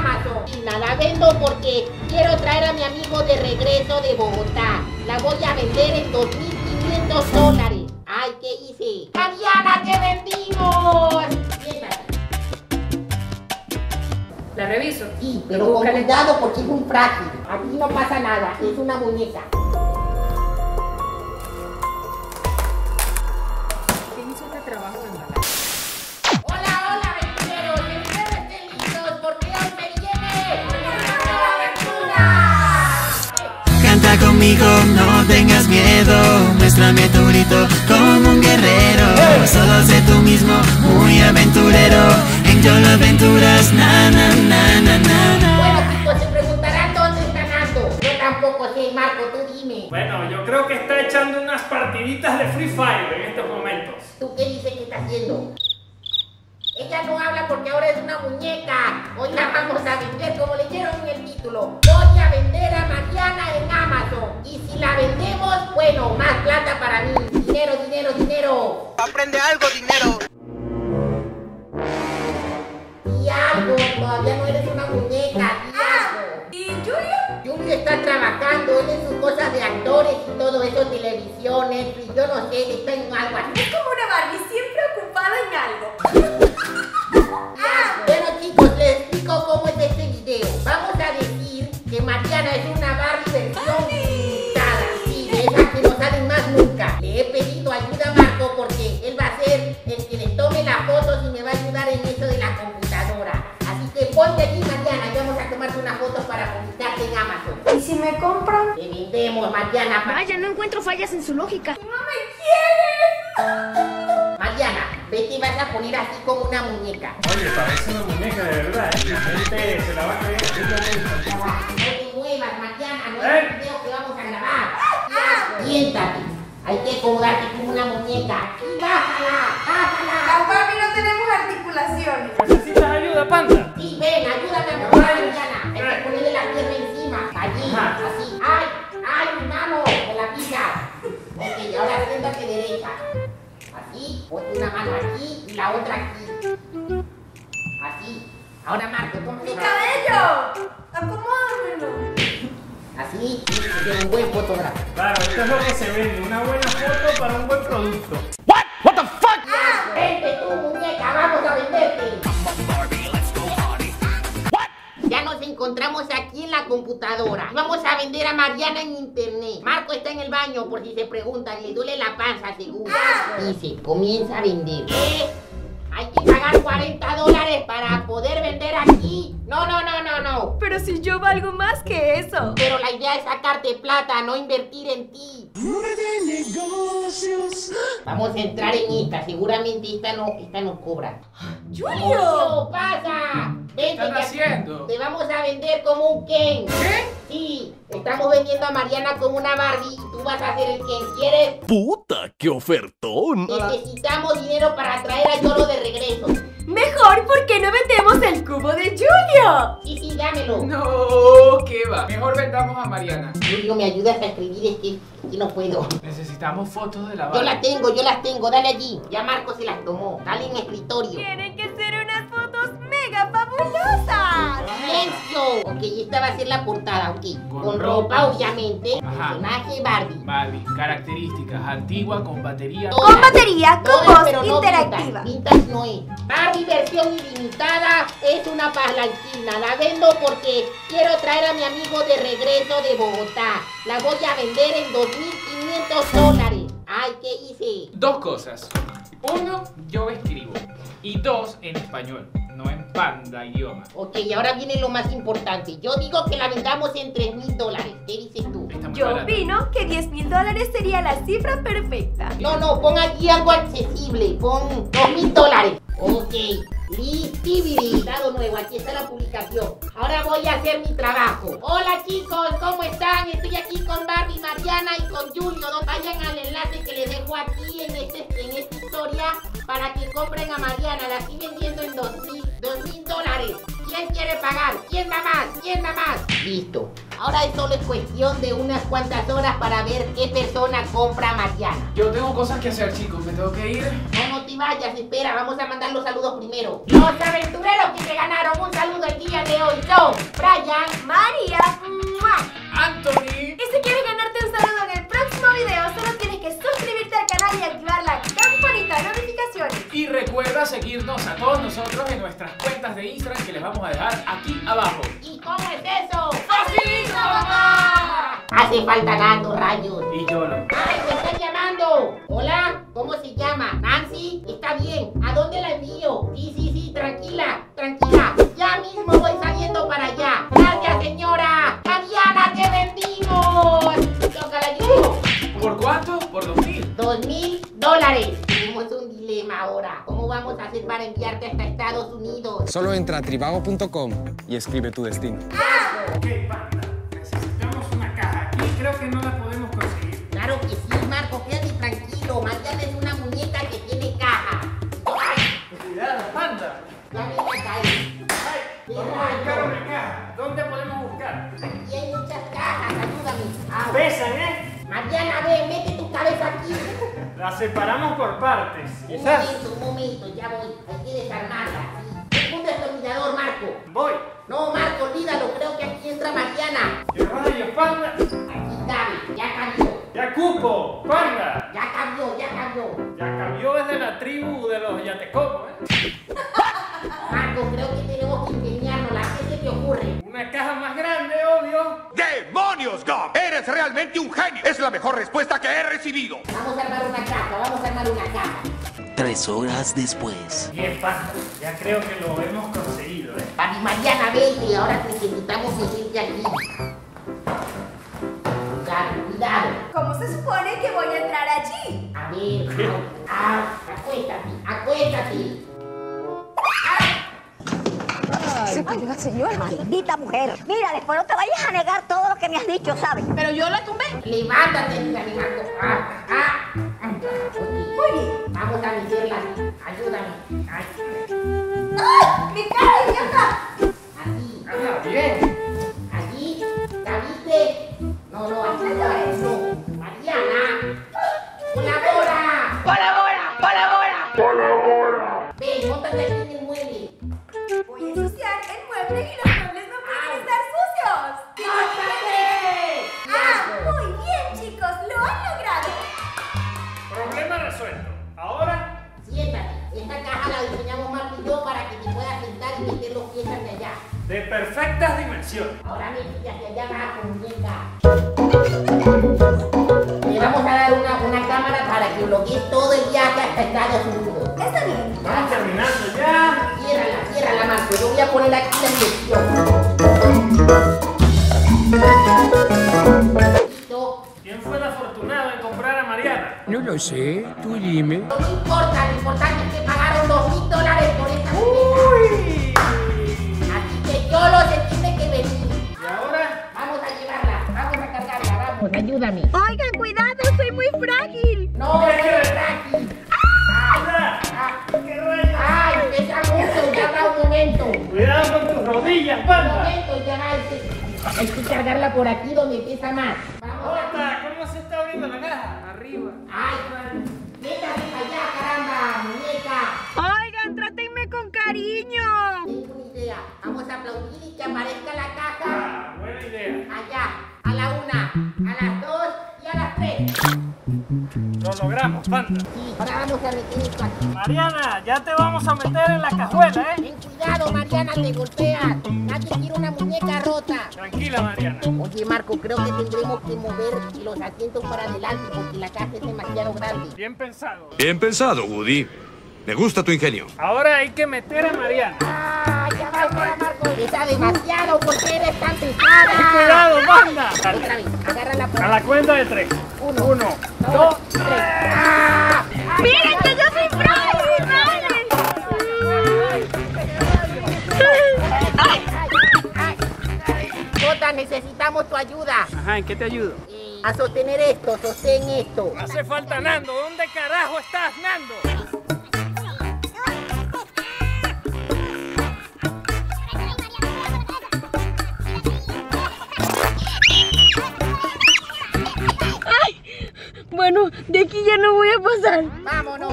máquina, la vendo porque quiero traer a mi amigo de regreso de Bogotá. La voy a vender en 2.500 dólares. Ay, ¿qué hice? ¡Mariana, te vendimos! Bien, Mariana. La reviso. Sí, pero con Búscale. cuidado porque es un frágil. Aquí no pasa nada, es una muñeca. ¿Quién hizo este trabajo de mala? Hola, hola, aventureros. Espero estén listos porque hoy me viene una nueva aventura. Canta conmigo, no tengas miedo. Muéstrame tu grito como un guerrero. Solo sé tú mismo, muy aventurero. En Yolo Aventuras, na na na na na. na. Bueno, chicos, se preguntarán dónde está Nando. Yo tampoco sé, Marco, tú dime. Bueno, yo creo que está echando unas partiditas de Free Fire en estos momentos. ¿Tú qué dices que está haciendo? Ella no habla porque ahora es una muñeca. Hoy la vamos a vender, como leyeron en el título. Voy a vender a Mariana en Amazon. Y si la vendemos, bueno, más plata para mí. Dinero, dinero, dinero. Aprende algo, dinero. Diablo, todavía no eres una muñeca, diablo. ¿Y Julio? Julio está trabajando, él en sus cosas de actores y todo eso, televisiones, y yo no sé, está en algo así. Es como una Barbie, siempre ocupada en algo. Diablo. Bueno chicos, les explico cómo es este video. Vamos a decir que Mariana es una Barbie versión limitada. Sí, de esas que no salen más nunca. Le he pedido ayuda a Marco porque él va a ser el que le tome las fotos y me va a ayudar en eso de la computadora. Así que ponte aquí Mariana y vamos a tomarte una foto para publicarte en Amazon. ¿Y si me compran? Te vendemos, Mariana. pa- Vaya, no encuentro fallas en su lógica. ¡No me quieres! Mariana, vete y vas a poner así como una muñeca. Oye, parece una muñeca de verdad. ¿eh? La gente se la va a creer. simplemente. No te muevas, Mariana, no ¿Eh? es el video que vamos a grabar. Siéntate. Hay que acomodarte como una muñeca. Bájala, Ah, Ah, bájala. La Barbie no tenemos articulaciones. ¿Necesitas ayuda, panda? Sí, ven, ayúdame a mover, Mariana. Hay que ponerle la pierna encima. Allí, Ajá. así. ¡Ay! ¡Ay, mi mano! Me la pica. Ok, ahora siéntate derecha. Así, ponte una mano aquí y la otra aquí. Así. Ahora Marco, ¿cómo se ¡Mi llama? cabello! ¡Acomódamelo! Así, de un buen fotógrafo. Claro, esto es lo que se vende. Una buena foto para un buen producto. ¡Ah! Vente tú, muñeca, vamos a venderte. Ya nos encontramos aquí en la computadora. Vamos a vender a Mariana en internet. Marco está en el baño por si se preguntan. Le duele la panza, seguro. Dice, comienza a vender. ¿Qué? Hay que pagar 40 dólares para poder vender aquí. No, no, no, no, no. Pero si yo valgo más que eso. Pero la idea es sacarte plata, no invertir en ti. Vamos a entrar en esta. Seguramente esta no, esta no cobra. ¡Julio! ¡Julio, pasa! Vente, están que- haciendo? Te vamos a vender como un Ken. ¿Qué? Sí, estamos vendiendo a Mariana como una Barbie y tú vas a ser el Ken. ¿Quieres? ¡Puta, qué ofertón! Necesitamos dinero para traer a Yolo de regreso. Mejor porque no vendemos el cubo de Julio. Sí, sí, dámelo. No, ¿qué va? Mejor vendamos a Mariana. Julio, ¿me ayudas a escribir? Es que, que no puedo. Necesitamos fotos de la Yo Barbie. las tengo, yo las tengo. Dale allí. Ya Marco se las tomó. Dale en escritorio. Tienen que ser unas fotos mega fabulosas. ¡Silencio! Ok, esta va a ser la portada, ok. Con Con ropa. ropa, obviamente. Ajá. Personaje Barbie. Barbie, características, antigua, con batería. Todas. Con batería, con Todas, voz pero no interactiva. vintage. Vintage no es. Barbie versión ilimitada es una parlanchina. La vendo porque quiero traer a mi amigo de regreso de Bogotá. La voy a vender en 2.500 dólares. Ay, ¿qué hice? Dos cosas. Uno, yo escribo. Y dos, en español, no en panda idioma. Ok, y ahora viene lo más importante. Yo digo que la vendamos en 3.000 dólares. ¿Qué dices tú? Está muy Yo barata. opino que 10 mil dólares sería la cifra perfecta. No, no, pon aquí algo accesible. Pon dos mil dólares. Ok. Listibiri. Dado nuevo, aquí está la publicación. Ahora voy a hacer mi trabajo. Hola chicos, ¿cómo están? Estoy aquí con Barbie, Mariana y con Julio. No vayan al enlace que les dejo aquí en, este, en esta historia para que compren a Mariana. La estoy vendiendo en dos mil, dos mil dólares. ¿Quién quiere pagar? ¿Quién da más? ¿Quién da más? Listo. Ahora es solo cuestión de unas cuantas horas para ver qué persona compra a Mariana. Yo tengo cosas que hacer, chicos. Me tengo que ir. No, no te vayas, espera, vamos a mandar los saludos primero. Los aventureros que se ganaron un saludo el día de hoy son Fran síganos en nuestras cuentas de Instagram que les vamos a dejar aquí abajo. ¿Y cómo es eso? ¡Facilito, mamá! Hace falta Nando, rayos. Y yo lo. ¡Ay, me están llamando! Hola, ¿cómo se llama? ¿Nancy? Está bien, ¿a dónde la envío? Sí, sí, sí, tranquila, tranquila. Ya mismo voy saliendo para allá. Gracias, señora. Fabiana, te vendimos. Tócala yo. ¿Por cuánto? Por 2000. Dos mil dólares. Tenemos un dilema ahora. ¿Cómo vamos a hacer para enviarte hasta Estados Unidos? Solo entra a tribago.com y escribe tu destino. Ok, panda, necesitamos una caja. Aquí creo que no la podemos conseguir. Claro que sí, Marco, quédate tranquilo. Mariana es una muñeca que tiene caja. Cuidado, panda. Ya me voy a caer. Ay, vamos a buscar una caja. ¿Dónde podemos buscar? Aquí hay muchas cajas, ayúdame. Ah, Pesan, ¿eh? Mariana, ve, mete tu cabeza aquí. La separamos por partes. Un Quizás. momento, un momento, ya voy. Hay que desarmarla. sí. Un destornillador, Marco. Voy. No, Marco, olvídalo. Creo que aquí entra Mariana. ¡Qué rayos, panda! Aquí está, ya cambió. ¡Ya cupo! ¡Panda! Ya cambió, ya cambió. Ya cambió desde la tribu de los Yatecomo, ¿eh? Marco, creo que tenemos que ingeniarnos. ¿La qué se te ocurre? Una caja más grande, obvio. ¡Demonios, Gob! ¡Eres realmente un genio! Es la mejor respuesta que he recibido. Vamos a armar una caja, vamos a armar una caja. Tres horas después. Bien, panda. Ya creo que lo hemos conseguido, ¿eh? Para Mariana, vete, ahora te necesitamos seguirte aquí. Cuidado, cuidado. ¿Cómo se supone que voy a entrar allí? A ver, ah, ah, acuéstate, acuéstate. Maldita mujer. Mira, después no te vayas a negar todo lo que me has dicho, ¿sabes? Pero yo la tumbé. Levántate, mira, Marco. Ah, ah, ah. Muy bien, vamos a meterla. Ayúdame. Ay, ¡Ay! ¡Mi cara, idiota! Aquí, Ah, bien. allí, ¿la viste? No, no, aquí no, ahí no. Mariana, colabora. ¡Colabora! ¡Colabora! Ven, móntate aquí en el mueble. Voy a ensuciar el mueble y los muebles no pueden estar sucios. ¡Móntate! ¡Ah! Muy bien, chicos, lo han logrado. Problema resuelto. Ahora, Siéntate. Esta caja la diseñamos Marco y yo para que te puedas sentar y meter los pies hacia allá. de perfectas dimensiones. Ahora métete hacia allá abajo, muñeca. Le vamos a dar una, una cámara para que bloquees todo el viaje hasta Estados Unidos. Está bien. Vamos terminando ya. Ciérrala, ciérrala, Marco. Yo voy a poner aquí la inyección. Listo. ¿Quién fue el afortunado en comprar a Mariana? No lo sé, tú dime. No me importa, lo importante es que pagaron dos mil dólares por esta ¡Uy! muñeca. Así que yo lo se tiene que venir. Y ahora, Vamos a llevarla, vamos a cargarla, vamos, ayúdame. Oigan, cuidado, soy muy frágil. No, no Ah. es aquí. ¡Panda! ¡Qué rayos! Ay, pesa mucho, ya va un momento. Un Cuidado con tus rodillas, panda. momento, ya va. hay que- Hay que cargarla por aquí donde pesa más. Vamos a... Panda, ¿cómo se está abriendo la caja? Arriba. Ay, métase para allá, caramba, muñeca. Oigan, trátenme con cariño. Tengo una idea. Vamos a aplaudir y que aparezca la caja. Ah, buena idea. Allá, a la una, a las dos y a las tres. Lo logramos, panda. Sí, ahora vamos a meter esto aquí. Mariana, ya te vamos a meter en la cajuela, ¿eh? Ten cuidado, Mariana, te golpeas. Nadie quiere una muñeca rota. Tranquila, Mariana. Oye, Marco, creo que tendremos que mover los asientos para adelante porque la caja es demasiado grande. Bien pensado. Bien pensado, Woody. Me gusta tu ingenio. Ahora hay que meter a Mariana. ¡Ah, ya va, ya va, Marco! ¡Pesa demasiado! ¿Por qué eres tan pesada? ¡Cuidado, banda! Otra vez, agárrala por A la cuenta de tres. Uno. Uno. dos, tres. ¡Ah! ¡Miren que yo soy frágil, vale! ¡Ay! Jota, necesitamos tu ayuda. Ajá, ¿en qué te ayudo? A sostener esto, sostén esto. No hace falta Nando. ¿Dónde carajo estás, Nando? Bueno, de aquí ya no voy a pasar. ¡Vámonos!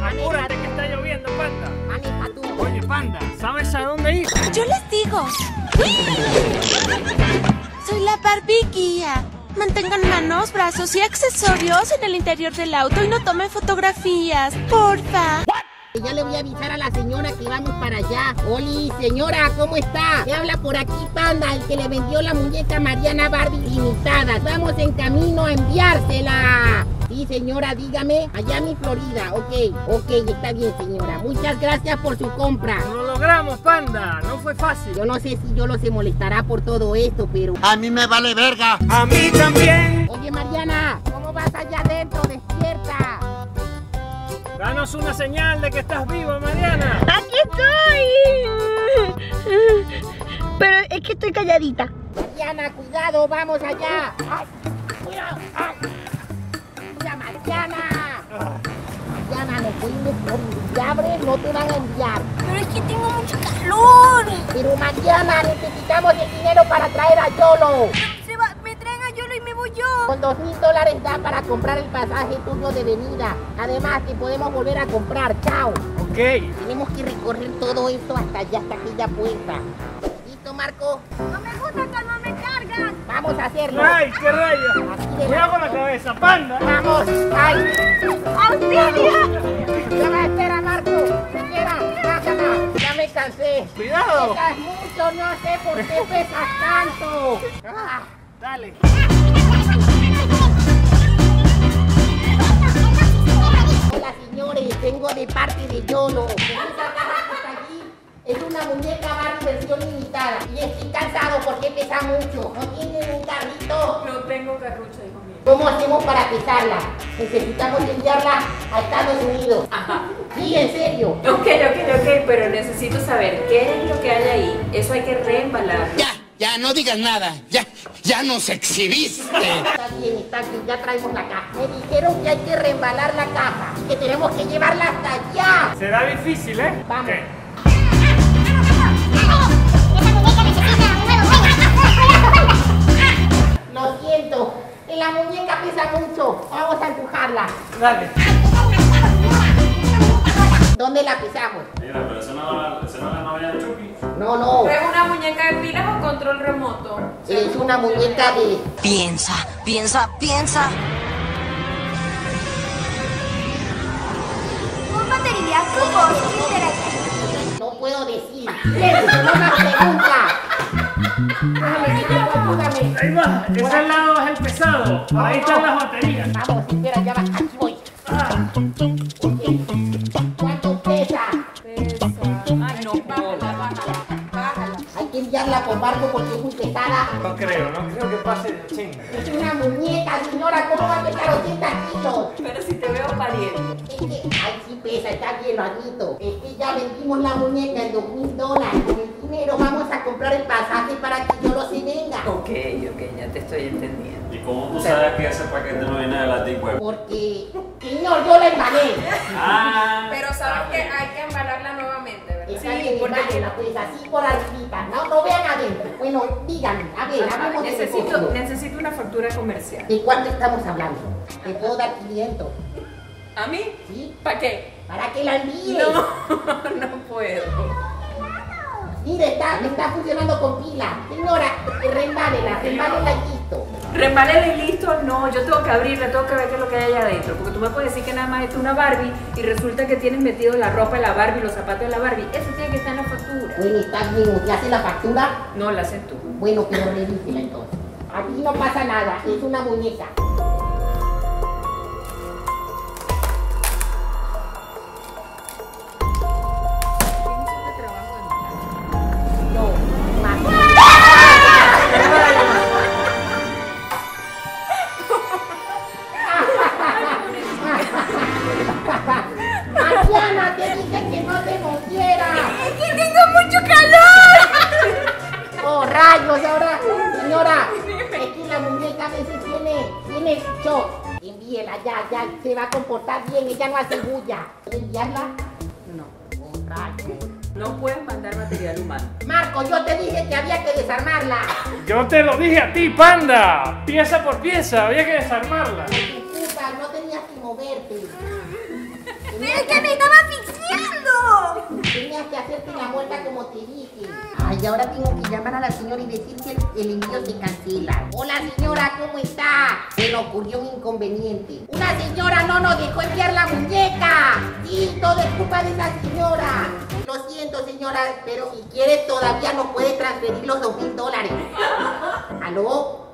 Maneja, Apúrate que está lloviendo, panda. maneja tú. Oye, panda, ¿sabes a dónde ir? Yo les digo. Soy la Barbie guía. Mantengan manos, brazos y accesorios en el interior del auto y no tomen fotografías, porfa. Ya le voy a avisar a la señora que vamos para allá. Oli, señora, ¿cómo está? Le habla por aquí Panda, el que le vendió la muñeca Mariana Barbie limitada. Vamos en camino a enviársela. Sí, señora, dígame. Allá mi Florida. Ok, ok, está bien, señora. Muchas gracias por su compra. Lo logramos, panda. No fue fácil. Yo no sé si yo lo se molestará por todo esto, pero... A mí me vale verga. A mí también. Oye, Mariana, ¿cómo vas allá adentro? Despierta. Danos una señal de que estás viva, Mariana. ¡Aquí estoy! Pero es que estoy calladita. Mariana, cuidado, vamos allá. Ay, cuidado. Ay. Mira, Mariana. Mariana, no cuides por diabre, no te van a enviar. Pero es que tengo mucho calor. Pero Mariana, necesitamos el dinero para traer a Yolo. Se va- me traen a Yolo y me voy yo. Con dos mil dólares da para comprar el pasaje tuyo de venida. Además, te podemos volver a comprar. Chao. Ok. Tenemos que recorrer todo esto hasta allá, hasta aquella puerta. ¿Listo, Marco? No me gusta cuando me cargan. Vamos a hacerlo. ¡Ay, qué rayo! Cuidado con la cabeza, panda. ¡Vamos! ¡Ay! ¡Auxilio! ¡Ya va, espera, Marco! ¡Espera! ¡Bájala! ¡Ya me cansé! Cuidado. ¡Pesas mucho! ¡No sé por qué pesas tanto! Ah, Dale. Hola, señores. Vengo de parte de Yolo. Esa caja que está allí es una muñeca Barbie versión limitada. Y estoy cansado porque pesa mucho. ¿No tienen un carrito? No tengo carrucho, hijo mío. ¿Cómo hacemos para pesarla? Necesitamos enviarla a Estados Unidos. Sí, en serio. Ok, ok, ok, pero necesito saber qué es lo que hay ahí. Eso hay que reembalar. Ya, ya, no digas nada. Ya, ya nos exhibiste. Está bien, está bien, ya traemos la caja. Me dijeron que hay que reembalar la caja y que tenemos que llevarla hasta allá. Será difícil, ¿eh? Vamos. Lo siento, que la muñeca pesa mucho. Vamos a empujarla. Dale. ¿Dónde la pisamos? Mira, pero esa no es la novia de Chucky. No, no. ¿Es una muñeca de pilas o control remoto? Es una muñeca de. Piensa, piensa, piensa. Un batería cubos interactivo. No puedo decir. Eso, no más preguntas. Dale, señora, ayúdame. Ahí va. Ese lado es el pesado. Ahí están las baterías. Vamos, espera, ya va. Aquí voy. Ah, ¿Cuánto pesa? Ay, Ah, no, bájala, bájala, bájala. Hay que enviarla por barco porque es muy pesada. no creo, no creo que pase de chinga. Es una muñeca, señora. ¿Cómo va a pesar 80 kilos? Pero si te veo pariendo. Es que, ay, sí pesa, está bien, lo admito. Es que ya vendimos la muñeca en dos mil dólares. Con el dinero vamos a comprar el pasaje para que yo lo se venga. Ok, ok, ya te estoy entendiendo. ¿Y cómo tú sabes que ese paquete no viene de la Deep Web? Porque, señor, yo la embalé. Ah, Pero sabes que hay que embalarla nuevamente, ¿verdad? Está bien, embálenla, pues, así por arribita. No, no vean adentro. Bueno, díganme, a ver, hablemos de Necesito, negocio. necesito una factura comercial. ¿De cuánto estamos hablando? Te puedo dar 500, ¿A mí? ¿sí? ¿Para qué? Para que la envíes. No, no puedo. Mira, está, está funcionando con pila. Señora, reembálela, reembálela y listo. Repárale y listo, no, yo tengo que abrirla, tengo que ver qué es lo que hay allá adentro, porque tú me puedes decir que nada más es una Barbie y resulta que tienes metido la ropa de la Barbie, los zapatos de la Barbie, eso tiene que estar en la factura. Bueno, está bien, ¿te hace la factura? No, la haces tú. Bueno, pero revísela entonces. Aquí no pasa nada, es una muñeca. No, más. Mariana, te dije que no te movieras. ¡Es que tengo mucho calor! ¡Oh, rayos! Ahora, señora, es que la muñeca a veces tiene, tiene shock. Envíela, ya, ya, se va a comportar bien, ella no hace bulla. ¿Puedo enviarla? No. ¡Oh, rayos! No puedes mandar material humano. Marco, yo te dije que había que desarmarla. Yo te lo dije a ti, panda. Pieza por pieza. Había que desarmarla. Disculpa, no tenías que moverte. ¡Pero es que me estaba asfixiando! Tenías que hacerte la muerta como te dije. Ay, Y ahora tengo que llamar a la señora y decir que el, el envío se cancela. Hola señora, ¿cómo está? Se le ocurrió un inconveniente. Una señora no nos dejó enviar la muñeca. Sí, todo es culpa de esa señora. Lo siento señora, pero si quiere todavía no puede transferir los dos mil dólares. ¿Aló?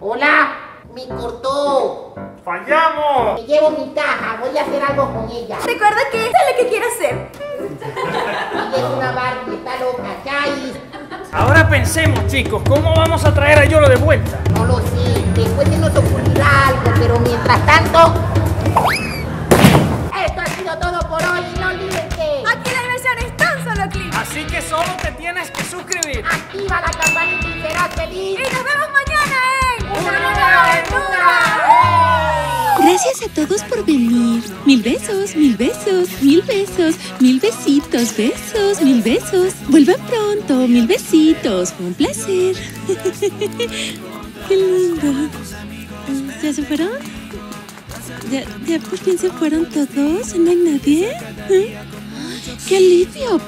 Hola, me cortó. ¡Fallamos! Me llevo mi caja, voy a hacer algo con ella. Recuerda que esa es lo que quiero hacer. Ella es una Barbie, está loca, Chai. Ahora pensemos, chicos, ¿cómo vamos a traer a Yolo de vuelta? No lo sé, después se nos ocurrirá algo, pero mientras tanto... Esto ha sido todo por hoy, no olviden que Aquí la diversión es tan solo clic. Así que solo te tienes que suscribir. activa la campanita y serás Y feliz. nos vemos mañana en ¡Una nueva aventura! Gracias a todos por venir. Mil besos, mil besos, mil besos, mil besitos, besos, mil besos. Vuelvan pronto, mil besitos. Fue un placer. Qué lindo. ¿Ya se fueron? ¿Ya, ya por fin se fueron todos? ¿No hay nadie? ¿Eh? ¡Qué alivio!